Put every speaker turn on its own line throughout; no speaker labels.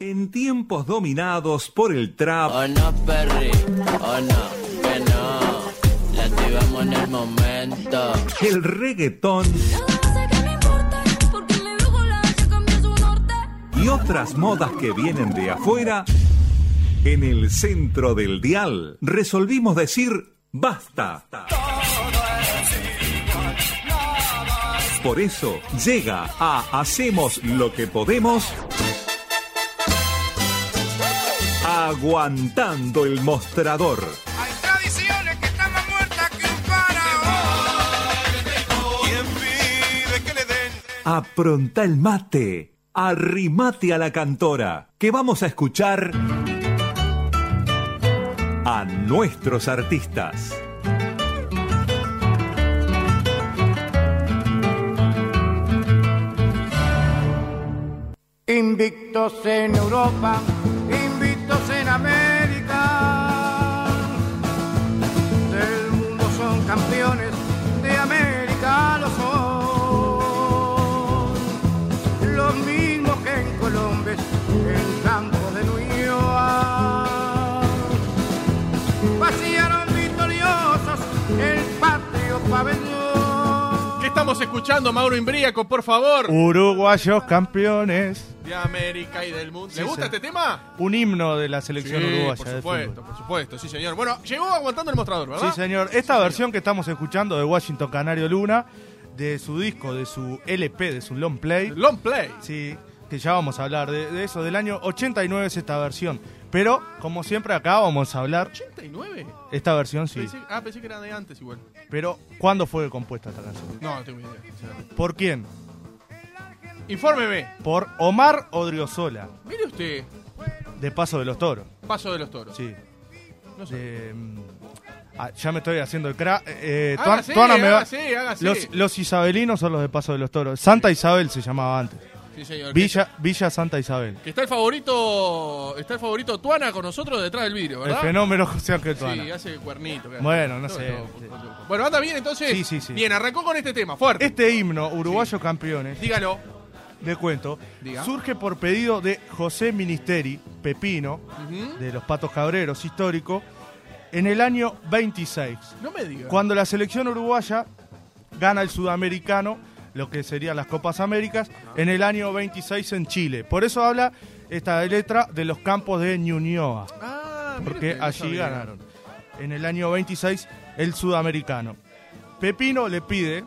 En tiempos dominados por el trap,
Oh no, Perry, oh no, que no. La activamos en el momento.
el reggaetón
No sé qué me importa, porque mi brújula ya cambió su norte.
y otras modas que vienen de afuera, en el centro del dial resolvimos decir basta. Por eso llega a Hacemos lo que podemos. Aguantando el mostrador.
Hay tradiciones que están más muertas que un faraón. ¿Quién pide que le den?
Apronta el mate. Arrimate a la cantora. Que vamos a escuchar a nuestros artistas.
Invictos en Europa, invictos en América. Del mundo son campeones, de América lo son. Los mismos que en Colombia, en campo de Nueva. Pasearon victoriosos el patrio pabellón.
¿Qué estamos escuchando, Mauro Imbriaco, por favor?
Uruguayos campeones.
De América y del mundo. ¿Le
Sí,
gusta
sí.
este tema?
Un himno de la selección uruguaya.
por
de
supuesto,
fútbol.
por supuesto, sí, señor. Bueno, llegó aguantando el mostrador, ¿verdad?
Sí, señor. Esta versión que estamos escuchando de Washington Canario Luna, de su disco, de su LP, de su long play.
Long play.
Sí, que ya vamos a hablar de, de eso. Del año 89 es esta versión. Pero, como siempre, acá vamos a hablar.
89.
Esta versión sí.
Pensé- ah, pensé que era de antes igual.
Pero, ¿cuándo fue compuesta esta canción?
No, no tengo idea. sinceramente.
¿Por quién?
Infórmeme.
Por Omar Odriozola,
Mire usted,
de Paso de los Toros.
Paso de los Toros.
Sí.
No sé.
De, mm, ah, ya me estoy haciendo el crack. Eh, Tuan-
Hágase,
Tuana me va-
hágase, hágase.
Los, los isabelinos son los de Paso de los Toros. Santa Isabel se llamaba antes.
Sí, señor.
Villa, Villa Santa Isabel.
Que está el favorito, está el favorito Tuana con nosotros detrás del vidrio, ¿verdad?
El fenómeno José Ángel Tuana.
Sí, hace cuernito. claro.
Bueno, no sé.
no. Bueno, anda bien entonces.
Sí, sí, sí.
Bien, arrancó con este tema, fuerte.
Este himno, Uruguayo Campeones,
Dígalo.
de cuento,
Diga.
surge por pedido de José Ministeri, Pepino,
Ujú.
de los Patos Cabreros, histórico, en el año 26,
No me diga.
cuando la selección uruguaya gana el sudamericano, lo que serían las Copas Américas, en el año 26 en Chile. Por eso habla esta letra de los campos de Ñuñoa.
Ah, mire
porque
usted, no
allí
sabía.
ganaron. En el año 26, el sudamericano. Pepino le pide,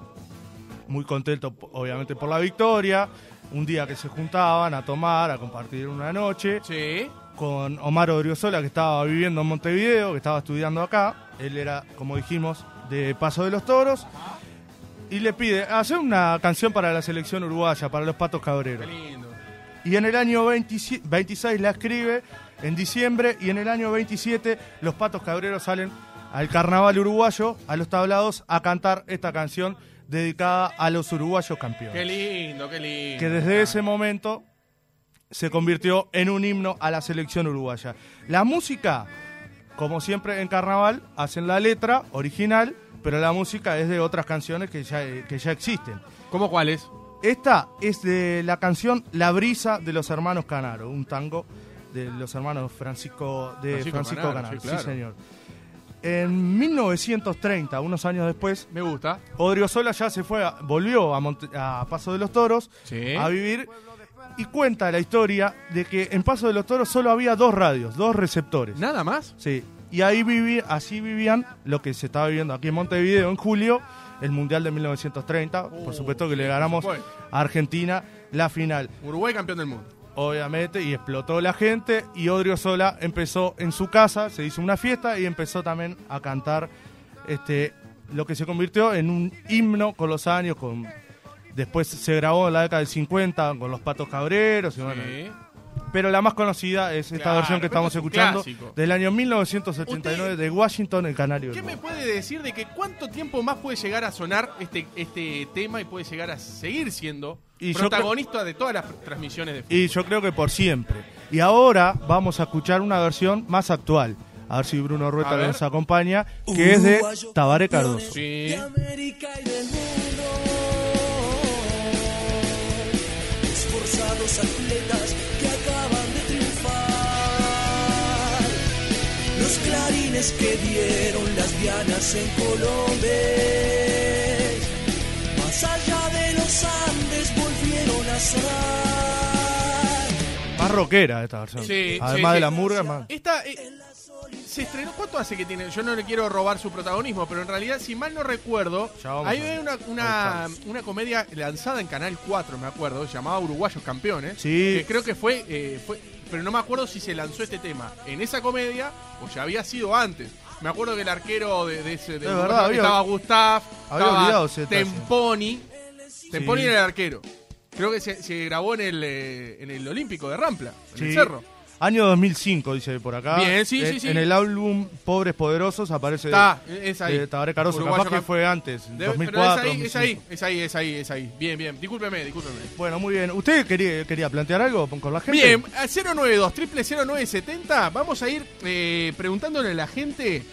muy contento po- obviamente por la victoria, un día que se juntaban a tomar, a compartir una noche,
Sí.
con Omar Odriozola, que estaba viviendo en Montevideo, que estaba estudiando acá. Él era, como dijimos, de Paso de los Toros. Y le pide, hacer una canción para la selección uruguaya, para los Patos Cabreros.
Qué lindo.
Y en el año 27 26 la escribe en diciembre y en el año 27 los Patos Cabreros salen al carnaval uruguayo, a los tablados, a cantar esta canción dedicada a los uruguayos campeones.
Qué lindo, qué lindo.
Que desde ese momento se convirtió en un himno a la selección uruguaya. La música, como siempre en carnaval, hacen la letra original, pero la música es de otras canciones que ya, eh, que ya existen.
¿Cómo cuál es?
Esta es de la canción La brisa de los hermanos Canaro, un tango de los hermanos Francisco de
Francisco
Francisco,
Canaro, sí,
Canaro, sí,
claro.
señor. En 1930, unos años después,
Me gusta.
Odriozola ya se fue, a- volvió a, Monte- a Paso de los Toros
Sí.
a vivir y cuenta la historia de que en Paso de los Toros solo había dos radios, dos receptores.
¿Nada más?
Sí, y ahí viví, así vivían lo que se estaba viviendo aquí en Montevideo en julio, el Mundial de 1930.
Oh,
por supuesto que le
sí,
ganamos
por supuesto.
a Argentina la final,
Uruguay campeón del mundo.
obviamente, y explotó la gente. Y Odrio Sola empezó en su casa, se hizo una fiesta y empezó también a cantar este, lo que se convirtió en un himno con los años. Con, después se grabó en la década del 50 con los Patos Cabreros y bueno,
Sí.
pero la más conocida es esta
Claro,
versión que
pero
estamos
es un
escuchando
clásico.
del año 1979
Usted-
de Washington, el Canario.
¿Qué
del
me
Norte.
puede decir de que cuánto tiempo más puede llegar a sonar este, este tema y puede llegar a seguir siendo
Y yo
protagonista de todas las pr- transmisiones de fútbol?
Y yo creo que por siempre. Y ahora vamos a escuchar una versión más actual. A ver si Bruno
A
Rueta
ver.
nos acompaña, que es de Tabaré Cardoso.
Sí.
América y del mundo. Esforzados atletas que acaban de triunfar. imágenes que dieron las dianas en Colombia. Más allá de los Andes volvieron a sonar.
Más rockera esta versión.
Sí,
Además
sí,
de
sí.
la murga, es más.
Esta eh, se estrenó. ¿Cuánto hace que tiene? Yo no le quiero robar su protagonismo, pero en realidad, si mal no recuerdo,
Ya vamos
ahí
a
hay
ver.
una, una, una comedia lanzada en Canal 4, me acuerdo, llamada Uruguayos Campeones.
Sí.
Que creo que fue, eh, fue. Pero no me acuerdo si se lanzó este tema en esa comedia o ya había sido antes. Me acuerdo que el arquero de, de ese. de
Es
Uruguay
verdad, había-
estaba Gustav,
había
estaba
olvidado ese detalle.
Temponi. Temponi
Sí.
era el arquero. Creo que se, se grabó en el, eh, en el Olímpico de Rampla, en el
Sí.
Cerro.
Año 2005, dice por acá.
Bien, sí,
en,
sí, sí.
En el álbum Pobres Poderosos aparece
Está, es ahí.
de Tabaré Caroso.
Uruguayo
Capaz que
camp-
fue antes, en
Debe-
2004.
pero es ahí,
2005.
es ahí, es ahí, es ahí, es ahí. Bien, bien. Discúlpeme, discúlpeme.
Bueno, muy bien. ¿Usted quería, quería plantear algo con con la gente?
Bien, a 092 0970 vamos a ir eh, preguntándole a la gente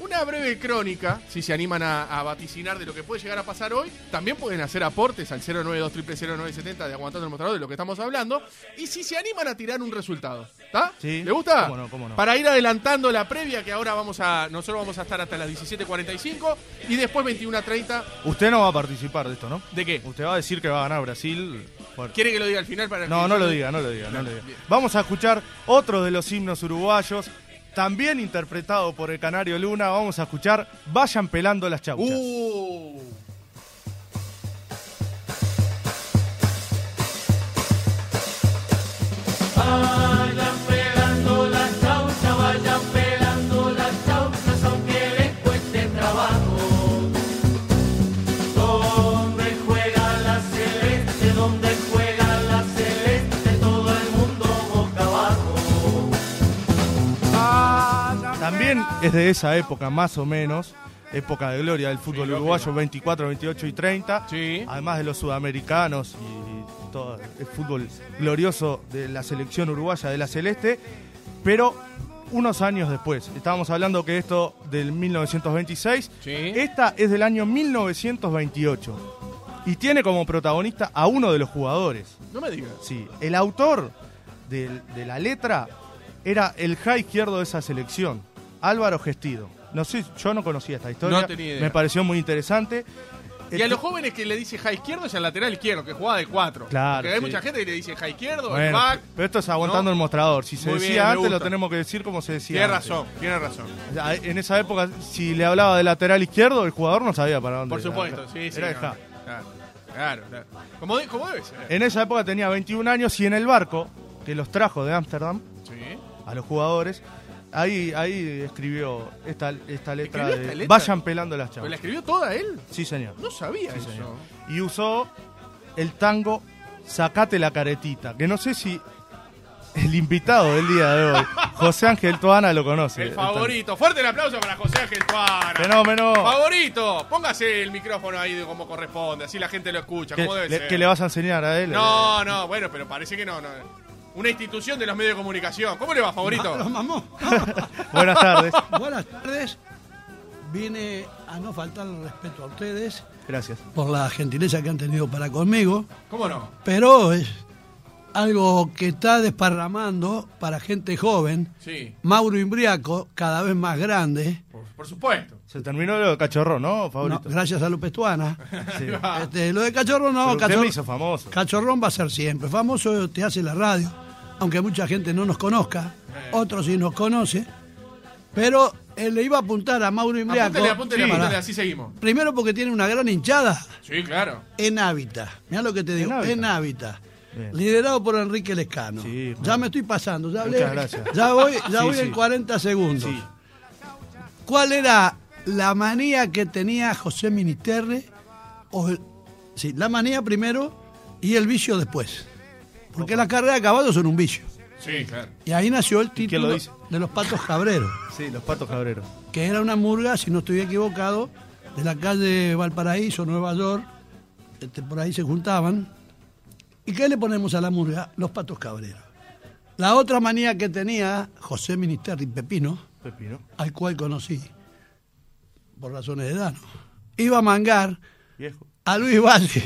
una breve crónica, si se animan a, a vaticinar de lo que puede llegar a pasar hoy. También pueden hacer aportes al 092 0970 de Aguantando el Mostrador de lo que estamos hablando. Y si se animan a tirar un resultado, ¿está?
Sí.
¿Le gusta?
Cómo no, cómo no.
Para ir adelantando la previa que ahora vamos a nosotros vamos a estar hasta las 17:45 y después 21:30
Usted no va a participar de esto, ¿no?
de qué?
Usted va a decir que va a ganar Brasil. fuerte.
¿Quiere que lo diga al final para
No,
que-
no lo diga, no lo diga, no lo diga.
Bien.
Vamos a escuchar otro de los himnos uruguayos, también interpretado por el Canario Luna. Vamos a escuchar Vayan pelando las chauchas.
Uh.
También es de esa época, más o menos, época de gloria del fútbol uruguayo, 24, 28 y 30.
Sí.
Además de los sudamericanos y, y todo el fútbol glorioso de la selección uruguaya de la Celeste. Pero unos años después, estábamos hablando que esto del 1926,
Sí.
esta es del año 1928. Y tiene como protagonista a uno de los jugadores.
No me digas.
Sí, el autor del- de, la letra era el ja izquierdo de esa selección, Álvaro Gestido. No sé, yo no conocía esta historia.
No tenía idea.
Me pareció muy interesante.
Y a los jóvenes que le dice ja izquierdo es al lateral izquierdo, que jugaba de cuatro.
Claro,
Porque hay
sí.
mucha gente que le dice ja izquierdo, el
Bueno,
back.
pero esto es aguantando
¿no?
el mostrador. Si se
Muy
decía
bien, me
antes, lo
gusta.
tenemos que decir como se decía.
Tiene
antes.
razón, tiene razón.
A- En esa época, si le hablaba de lateral izquierdo, el jugador no sabía para dónde.
Por
era.
supuesto, sí, sí.
Era el
no,
ja. Eh,
Claro, claro. claro. Como, de- como debe ser.
En esa época tenía 21 años y en el barco que los trajo de Ámsterdam
Sí.
a los jugadores. Ahí, ahí escribió esta, esta letra
¿Escribió
de
esta letra?
Vayan pelando las
¿Pero la
chavas.
escribió toda él?
Sí, señor.
No sabía
Sí,
eso.
señor. Y usó el tango Sacate la caretita, que no sé si el invitado del día de hoy, José Ángel Toana, lo conoce.
El
Este, El tango.
favorito. Fuerte el aplauso para José Ángel Tuara.
Fenómeno.
Favorito. Póngase el micrófono ahí de como corresponde, así la gente lo escucha,
¿Qué
como debe
le,
ser.
qué le vas a enseñar a él?
No, no, bueno, pero parece que no, no. Una institución de los medios de comunicación. ¿Cómo le va, favorito?
Lo mamó.
Buenas tardes.
Buenas tardes. Vine a no faltar el respeto a ustedes
Gracias.
por la gentileza que han tenido para conmigo,
¿Cómo no?
pero es algo que está desparramando para gente joven.
Sí,
Mauro Imbriaco, cada vez más grande,
por, por supuesto.
Se terminó lo de Cachorro, ¿no,
no,
favorito?
gracias a López Tuana.
Sí.
Este, lo de Cachorro
Pero
no,
usted
Cachorro-
me hizo famoso.
Cachorrón va a ser siempre. Famoso te hace la radio, aunque mucha gente no nos conozca,
Eh.
otros sí nos conoce. Pero eh, le iba a apuntar a Mauro Imbriaco.
Apúntele, apúntele,
Sí,
apúntele,
pará.
así seguimos.
Primero porque tiene una gran hinchada
Sí, claro.
en Hábitat. Mirá lo que te digo,
Hábitat.
en Hábitat.
Bien.
Liderado por Enrique Lescano.
Sí, claro.
ya me estoy pasando, ya hablé.
Muchas gracias.
Ya voy, ya
Sí,
voy
sí.
en 40 segundos.
Sí.
¿Cuál era la manía que tenía José Miniterre? O el- sí, la manía primero y el vicio después. Porque las carreras de caballo son un vicio.
Sí, claro.
Y ahí nació el
quién lo
título
dice?
de los patos cabreros,
Sí, los patos cabreros.
que era una murga, si no estoy equivocado, de la calle Valparaíso, Nueva York. Este, por ahí se juntaban. ¿Y qué le ponemos a la murga? Los patos cabreros. La otra manía que tenía José Miniterre y Pepino,
Pepino.
al cual conocí por razones de edad. ¿no? Iba a mangar
Viejo.
a Luis Valle.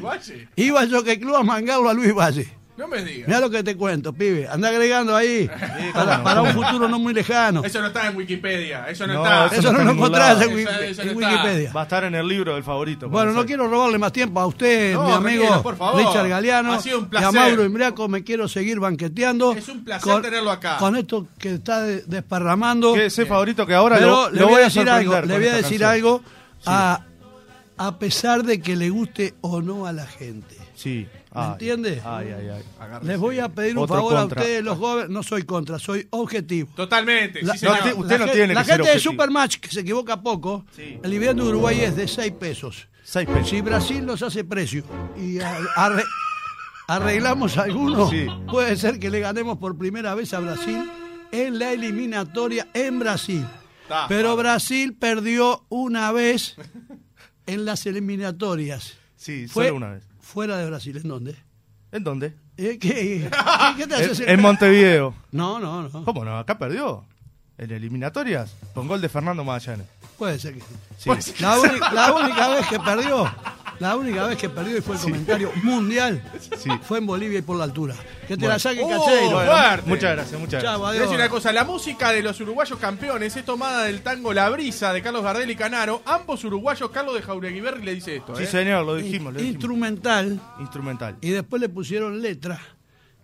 Guache.
Iba yo que club a mangarlo a Luis Valle.
No me digas.
Mira lo que te cuento, pibe. Anda agregando ahí para,
no,
para un
cómo no.
futuro no muy lejano. Eso,
Eso no está en Wikipedia. Eso no,
No,
está.
eso
no
está
lo
en ningún
encontrás
lado.
en, Wiki-
Eso- eso no
en
está.
Wikipedia.
Va a estar en el libro del favorito.
Bueno,
por
no
ejemplo.
quiero robarle más tiempo a usted,
No,
mi amigo
tranquilo, por favor.
Richard Galeano.
Ha sido un
Y a
placer.
Mauro Imbriaco me quiero seguir banqueteando.
Es un placer tenerlo acá.
Con esto que está de- desparramando.
Que ese favorito que ahora lo,
Pero le
lo
voy a decir
sorprender
algo,
con
le voy a
esta
decir
canción.
algo a, a pesar de que le guste o no a la gente.
Sí.
¿Me
Ay,
entiende?
Ay, ay, ay.
Les voy a pedir un
Otro
favor
contra.
a ustedes, los jóvenes. No soy contra, soy objetivo.
Totalmente.
La-
sí,
no,
señor.
te- usted
la
no
gen-
tiene que
la
ser
gente de
objetivo.
Supermatch, que se equivoca poco,
Sí.
el dividendo de Uruguay es de 6 pesos.
Seis pesos.
Si Brasil nos hace precio y a- arre- arreglamos alguno,
Sí.
puede ser que le ganemos por primera vez a Brasil en la eliminatoria en Brasil.
Está.
Pero Brasil perdió una vez en las eliminatorias.
Sí,
Fue
solo una vez.
Fuera de Brasil, ¿en dónde?
¿En dónde?
¿Eh? ¿Qué, qué te haces?
En, en Montevideo.
No, no, no.
¿Cómo no? Acá perdió. En eliminatorias. Con gol de Fernando Magallanes.
Puede ser que sí.
Sí.
Pues, La, uni- la única vez que perdió, la única vez que perdió y fue el comentario mundial,
Sí.
fue en Bolivia y por la altura. Que te la saque
Oh,
Cacheiro.
bueno. Fuerte.
Muchas gracias, muchas
Chao,
Te
gracias.
voy a
adiós.
decir una cosa, la música de los uruguayos campeones es tomada del tango La Brisa de Carlos Gardel y Canaro. Ambos uruguayos, Carlos de Jauregui Berry le dice esto.
Sí,
¿eh?
señor, lo dijimos, lo dijimos.
Instrumental,
Instrumental.
y después le pusieron letra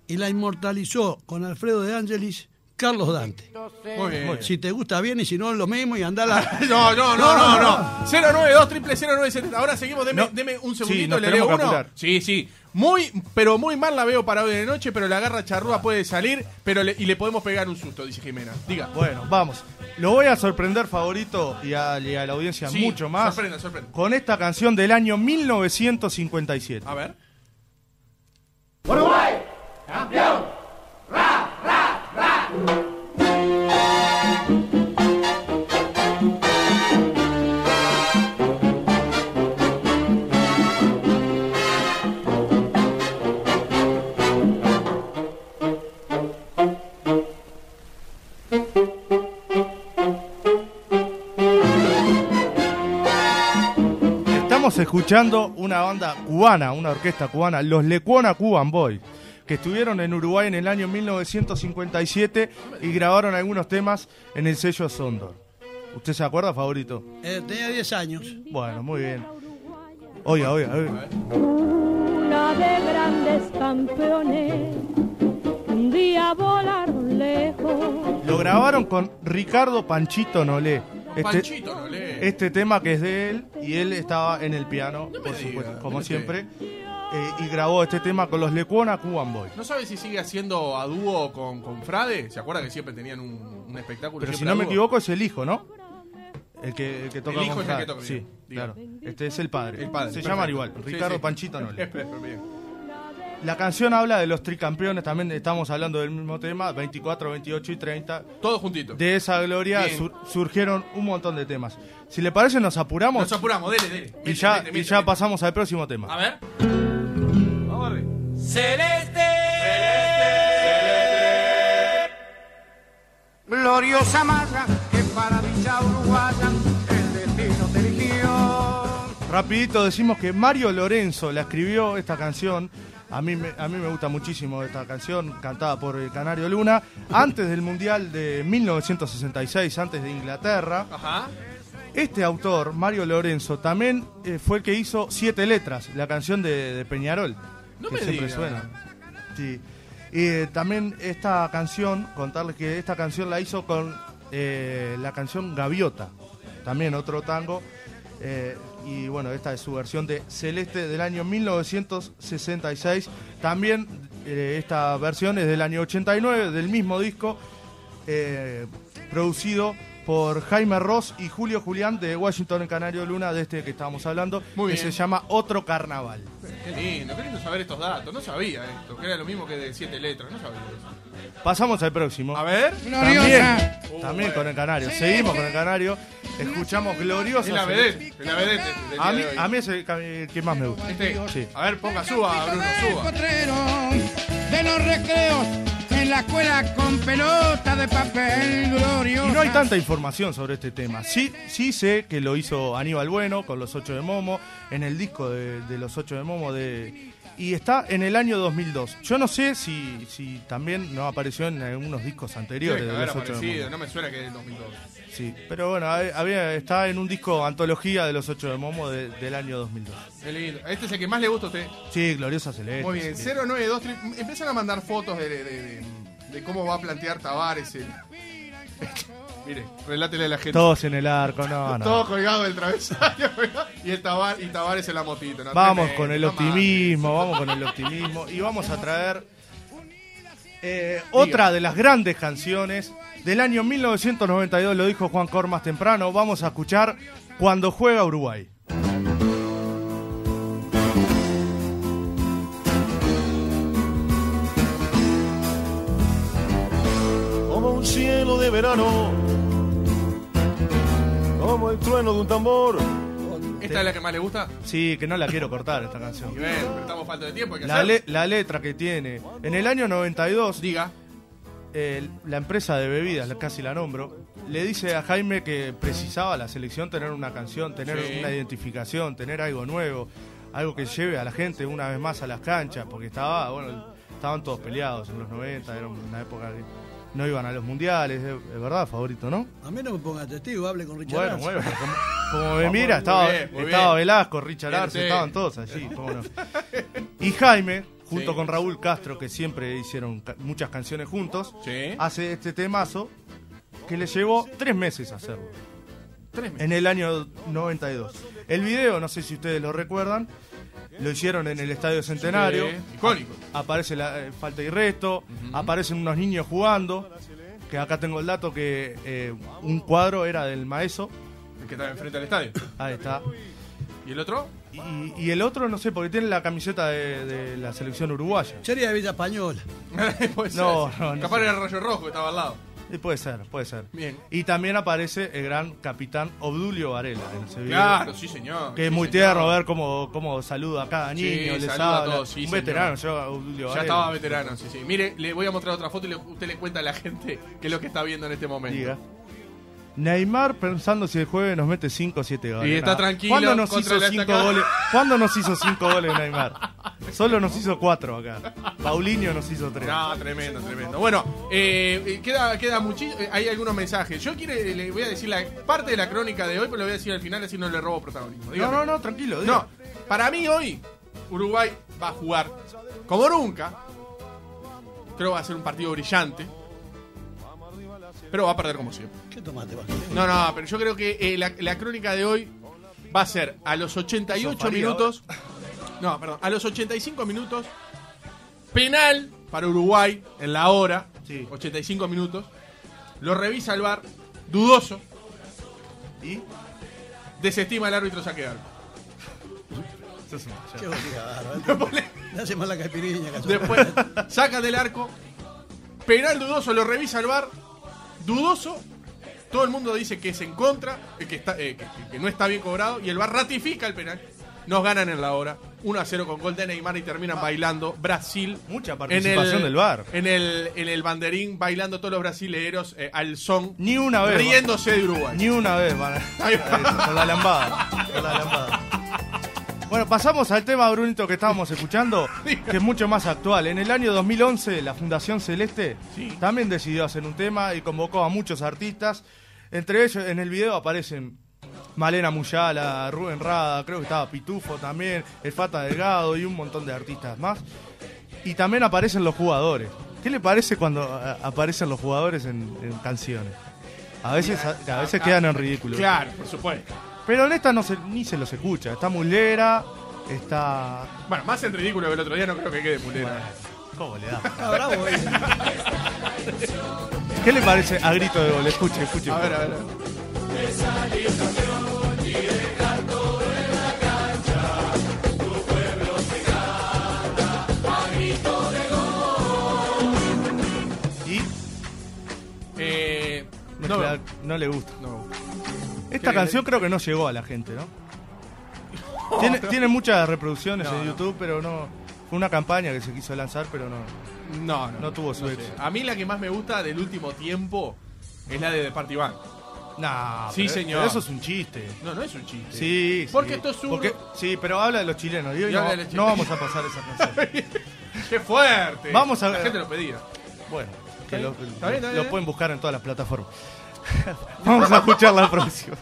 y la inmortalizó con Alfredo de Ángelis, Carlos Dante.
Muy
Eh.
bien.
Si te gusta bien y si no, lo mismo y andá a la.
No, no, no, no, no. 092 triple 0970. Ahora seguimos, deme,
No.
deme un
Sí,
segundito,
nos
le leo
tenemos que
uno.
apurar.
Sí, sí. Muy, pero muy mal la veo para hoy de noche, pero la garra charrúa puede salir pero le- y le podemos pegar un susto, dice Jimena. Diga.
Bueno, vamos. Lo voy a sorprender, favorito, y a, y a la audiencia
Sí,
mucho más.
sorprenda, sorprenda.
Con esta canción del año 1957.
A ver.
Estamos escuchando una banda cubana, una orquesta cubana, los Lecuona Cuban Boy, que estuvieron en Uruguay en el año 1957 y grabaron algunos temas en el sello Sondor. ¿Usted se acuerda, favorito?
Eh, tenía 10 años.
Bueno, muy bien. Oiga, oiga, oiga.
Una de grandes campeones, un día volaron lejos.
Lo grabaron con Ricardo Panchito Nolé. Este,
Panchito, no lee.
este tema que es de él y él estaba en el piano, por
diga,
supuesto,
no
como
me
siempre. eh, y grabó este tema con los Lecuona Cuban Boy.
¿No sabe si sigue haciendo a dúo con, con Frade? ¿Se acuerda que siempre tenían un, un espectáculo?
Pero si
siempre
no me
a dúo?
equivoco es el hijo, ¿no? El que, el que toca
El hijo
con
es el que
Jara.
toca,
Sí,
bien. Diga.
claro. Este es el padre.
El padre.
Se llaman
perfecto.
igual,
Sí,
Ricardo
sí.
Panchito Nole.
Bien.
La canción habla de los tricampeones, también estamos hablando del mismo tema, 24, 28 y 30.
Todos juntitos.
De esa gloria
Bien.
sur- surgieron un montón de temas. Si le parece, nos apuramos
Nos apuramos, dele, dele.
y
Mete,
ya,
mete,
y
mete,
ya
mete.
pasamos al próximo tema.
A ver. Vamos a ver.
Gloriosa masa que para dicha uruguaya el destino te eligió.
Rapidito decimos que Mario Lorenzo la escribió esta canción. A mí, me, a mí me gusta muchísimo esta canción, cantada por el Canario Luna, antes del Mundial de 1966, antes de Inglaterra.
Ajá.
Este autor, Mario Lorenzo, también eh, fue el que hizo Siete Letras, la canción de, de Peñarol,
No
que
me
siempre
diga.
suena. Sí. Eh, también esta canción, contarles que esta canción la hizo con eh, la canción Gaviota, también otro tango. eh, y bueno, esta es su versión de Celeste del año 1966. También eh, esta versión es del año 89, del mismo disco, eh, producido por Jaime Ross y Julio Julián de Washington en Canario Luna, de este que estábamos hablando,
Muy
que
bien.
se llama Otro Carnaval.
Qué lindo, qué lindo saber estos datos. No sabía esto, que era lo mismo que de siete letras. No sabía eso.
Pasamos al próximo.
A ver.
También,
Gloriosa.
también con el Canario. Seguimos con el Canario. Escuchamos
Es
Gloriosa.
la
Celeste.
vedette. Es la vedette. del día
A mí,
de hoy.
a mí es el que el que más me gusta.
Este,
Sí.
A ver, ponga, suba, Bruno,
del
suba.
potrero, de los recreos, en la escuela con pelota de papel gloriosa.
Y no hay tanta información sobre este tema. Sí, sí sé que lo hizo Aníbal Bueno con los Ocho de Momo, en el disco de, de los Ocho de Momo de y está en el año 2002. Yo no sé si, si también no apareció en algunos discos anteriores
Debe
de
haber
los ocho del
aparecido,
Mambo.
no me suena que es del 2002.
Sí, pero bueno, hay- había, está en un disco antología de los ocho de Momo de- del año 2002.
Qué lindo. Este es el que más le gusta a usted.
Sí, Gloriosa Celeste.
Muy bien,
sí.
092. tri- Empiezan a mandar fotos de, de- de- de- de cómo va a plantear Tavares. el- Mire, relátele a la gente.
Todos en el arco, no, no.
Todo colgado del travesaño, ¿verdad? Y, el Tabar, y Tavares en la motito. ¿no?
Vamos
Tremendo,
con el
no mames.
optimismo, vamos con el optimismo. Y vamos a traer eh, otra de las grandes canciones del año 1992, lo dijo Juan Cor más temprano. Vamos a escuchar Cuando juega Uruguay.
como un cielo de verano, como el trueno de un tambor.
¿Esta es la que más le gusta?
Sí, que no la quiero cortar esta canción.
Y ven, pero estamos falta de tiempo. Hay que
La,
hacer.
le- la letra que tiene. En el año 92,
diga,
la empresa de bebidas, la- casi la nombro, le dice a Jaime que precisaba la selección tener una canción, tener
Sí.
una identificación, tener algo nuevo, algo que lleve a la gente una vez más a las canchas, porque estaba, bueno, estaban todos peleados en los 90, era una época que no iban a los mundiales, es es verdad, favorito, ¿no?
A mí no me ponga testigo, hable con Richard.
Bueno,
Arce.
bueno, pero como, como me
Muy
mira, estaba,
bien, Ah, muy
estaba
bien.
Velasco, Richard
Bien,
Arce,
sí.
estaban todos allí. cómo no. Y Jaime, junto
Sí.
con Raúl Castro, que siempre hicieron ca- muchas canciones juntos, hace este temazo que le llevó tres meses hacerlo.
Tres
En el año 92. El video, no sé si ustedes lo recuerdan, lo hicieron en el Estadio Centenario.
Sí, icónico.
Aparece la eh, falta y resto, aparecen unos niños jugando. Que acá tengo el dato que eh, un cuadro era del Maeso.
el que está enfrente del estadio.
Ahí está.
¿Y el otro?
Y, y el otro, no sé, porque tiene la camiseta de, de la selección uruguaya.
Sería de Villa Española.
Puede ser.
No, no, no
Capaz
sé.
era el rayo rojo que estaba al lado.
Y Eh, puede ser, puede ser.
Bien.
Y también aparece el gran capitán Obdulio Varela en ese video.
Claro, sí, señor.
Que es
Sí,
muy
señor.
tierno ver cómo, cómo saluda a cada niño, les
saluda a
habla.
todos, sí,
Un
señor.
veterano, yo, Obdulio
Ya
Varela.
estaba veterano, sí, sí. Mire, le voy a mostrar otra foto y le- usted le cuenta a la gente qué es lo que está viendo en este momento.
Diga. Neymar pensando si el jueves nos mete 5 o 7 goles.
Y está
Nada.
tranquilo
¿Cuándo nos
contra
hizo
la
5
atacada?
goles? ¿Cuándo nos hizo 5 goles Neymar? Solo nos hizo 4 acá. Paulinho nos hizo 3.
No, tremendo, tremendo. Bueno, eh, eh, queda, queda muchísimo. eh, Hay algunos mensajes. Yo quiero, le voy a decir la parte de la crónica de hoy, pero lo voy a decir al final, así no le robo protagonismo. Dígame.
No, no, no, tranquilo.
No, para mí hoy Uruguay va a jugar como nunca. Creo que va a ser un partido brillante. Pero va a perder como siempre.
¿Qué tomaste,
No, no, pero yo creo que eh, la, la crónica de hoy va a ser a los 88
Soparía
minutos. No, perdón, a los 85 minutos. Penal para Uruguay en la hora. 85 minutos. Lo revisa el bar. Dudoso. Y desestima el árbitro saquear.
Qué bonita barba. Le hace mal la caipirinha, cacho.
Después saca del arco. Penal dudoso, lo revisa el bar. Dudoso. Todo el mundo dice que es en contra, eh, que, está, eh, que, que- que no está bien cobrado. Y el bar ratifica el penal. Nos ganan en la hora. 1 a 0 con gol de Neymar y terminan bailando Brasil.
Ah. Mucha participación del VAR.
En el, en el banderín bailando todos los brasileros eh, al son.
Ni una vez.
Riéndose de Uruguay.
Ni una vez, van a- Eso, Con la lambada. Con la lambada. Bueno, pasamos al tema, Brunito, que estábamos escuchando, que es mucho más actual. En el año 2011, la Fundación Celeste también decidió hacer un tema y convocó a muchos artistas. Entre ellos, en el video aparecen Malena Muyala, Rubén Rada, creo que estaba Pitufo también, El Fata Delgado y un montón de artistas más. Y también aparecen los jugadores. ¿Qué le parece cuando eh, aparecen los jugadores en, en canciones? A veces, a, a veces quedan en ridículo.
Claro, por supuesto.
Pero en esta no se, ni se los escucha. Está Mulera, está.
Bueno, más en ridículo que el otro día, no creo que quede pulera.
¿Cómo le da?
Ah, bravo, eh.
¿Qué le parece a grito de gol? Escuche, escuche.
A ver, a ver.
¿Y?
Eh,
No,
no,
la- no le gusta.
no.
Esta
¿Qué-
canción creo que no llegó a la gente, ¿no? Tiene, tiene muchas reproducciones
No,
en
no.
YouTube, pero no. Fue una campaña que se quiso lanzar, pero no.
No, no,
No tuvo
sé.
suerte.
A mí la que más me gusta del último tiempo es la de The Party Band.
Nah,
Sí,
pero-
señor.
pero Eso es un chiste.
No, no es un chiste.
Sí, sí.
Porque esto es un-
Porque- sí, pero habla de los chilenos. y hoy
Y
no,
habla de los
no
chilenos.
vamos a pasar esa canción.
¡Qué fuerte!
Vamos a
La
ver.
gente lo pedía.
Bueno,
¿Está
que lo,
bien? ¿Está bien? ¿Está
lo
bien?
pueden buscar en todas las plataformas. vamos a escuchar la próxima.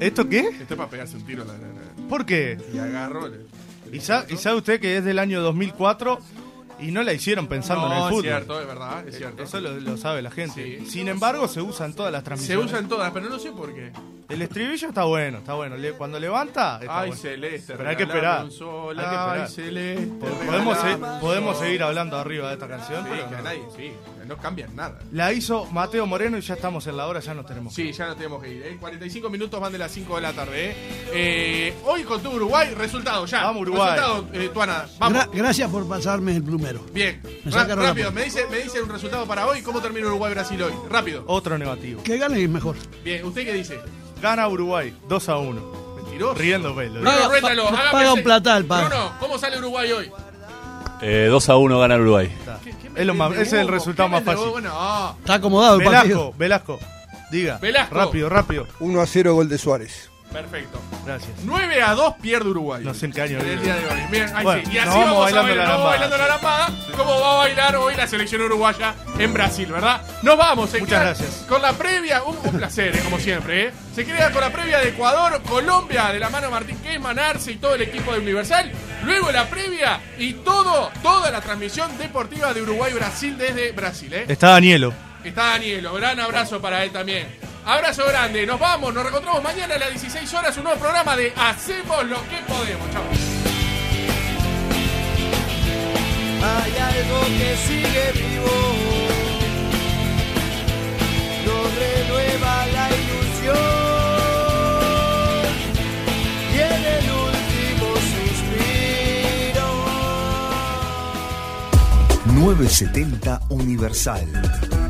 ¿Esto qué?
Esto es para pegarse un tiro a la, la- la-
¿Por qué?
Y agarro. le-
Y, sa- y sabe usted que es del año 2004 y no la hicieron pensando
no,
en el fútbol.
es cierto, es verdad, es cierto.
Eso lo, lo sabe la gente.
Sí.
Sin embargo, se usan todas las
Se
transmisiones.
usan todas, pero no sé por qué.
El estribillo está bueno, está bueno. Le- cuando levanta, está
Ay,
bueno.
Celeste,
Pero hay que
regalame
esperar.
un sol,
Hay que
ay,
esperar.
Celeste,
Po- Podemos, se-
regalame un
podemos
sol.
seguir hablando arriba de esta canción.
Sí,
pero
que
no.
a nadie, sí, no cambian nada.
La hizo Mateo Moreno y ya estamos en la hora, ya nos tenemos. que
Sí, ya no tenemos que ir. ¿eh? 45 minutos van de las 5 de la tarde. ¿eh? Eh, hoy con tu Uruguay, resultado ya.
Vamos, Uruguay.
Resultado, eh, Tuana. Vamos.
Gra- gracias por pasarme el plumero.
Bien.
Me
Ra-
sacaron la
rápido,
puta.
me dice, me dice un resultado para hoy. ¿Cómo termina Uruguay-Brasil hoy? Rápido.
ir. Otro negativo.
Que gane es mejor.
Bien, ¿usted qué dice?
Gana Uruguay 2 a 1.
Mentiroso.
Riendo pelo.
No. Paga-
rétalo,
pa-
haga
paga un
presen-
platal, paga.
Bruno, ¿cómo sale Uruguay hoy?
Eh, 2 a 1 gana Uruguay.
¿Qué- qué me
Es lo más-
vende
ese es el
humo?
resultado
¿Qué
más
vende
fácil.
humo? No.
Está acomodado el
Velasco,
partido.
Velasco. Diga.
Velasco.
Rápido, rápido.
1 a 0 gol de Suárez.
Perfecto.
Gracias.
9 a 2 pierde Uruguay.
No sé en qué año.
En el día de hoy. Bien, ahí
Bueno,
sí. Y así
nos vamos
vamos, a
bailando
ver,
la
nos vamos
lampada.
bailando la lampada, cómo va a bailar hoy la selección uruguaya en Brasil, ¿verdad? Nos vamos, se
Muchas
quedan
gracias.
Con la previa, un, un placer, eh, como siempre, ¿eh? Se queda con la previa de Ecuador, Colombia, de la mano Martín Keisman, Arce y todo el equipo de Universal. Luego la previa y todo, toda la transmisión deportiva de Uruguay-Brasil desde Brasil, ¿eh?
Está Danielo.
Está Danielo, gran abrazo para él también. Abrazo grande, nos vamos, nos reencontramos mañana a las 16 horas, un nuevo programa de Hacemos lo que podemos. Chao.
Hay algo que sigue vivo, nos renueva la ilusión y en el último suspiro.
970 Universal.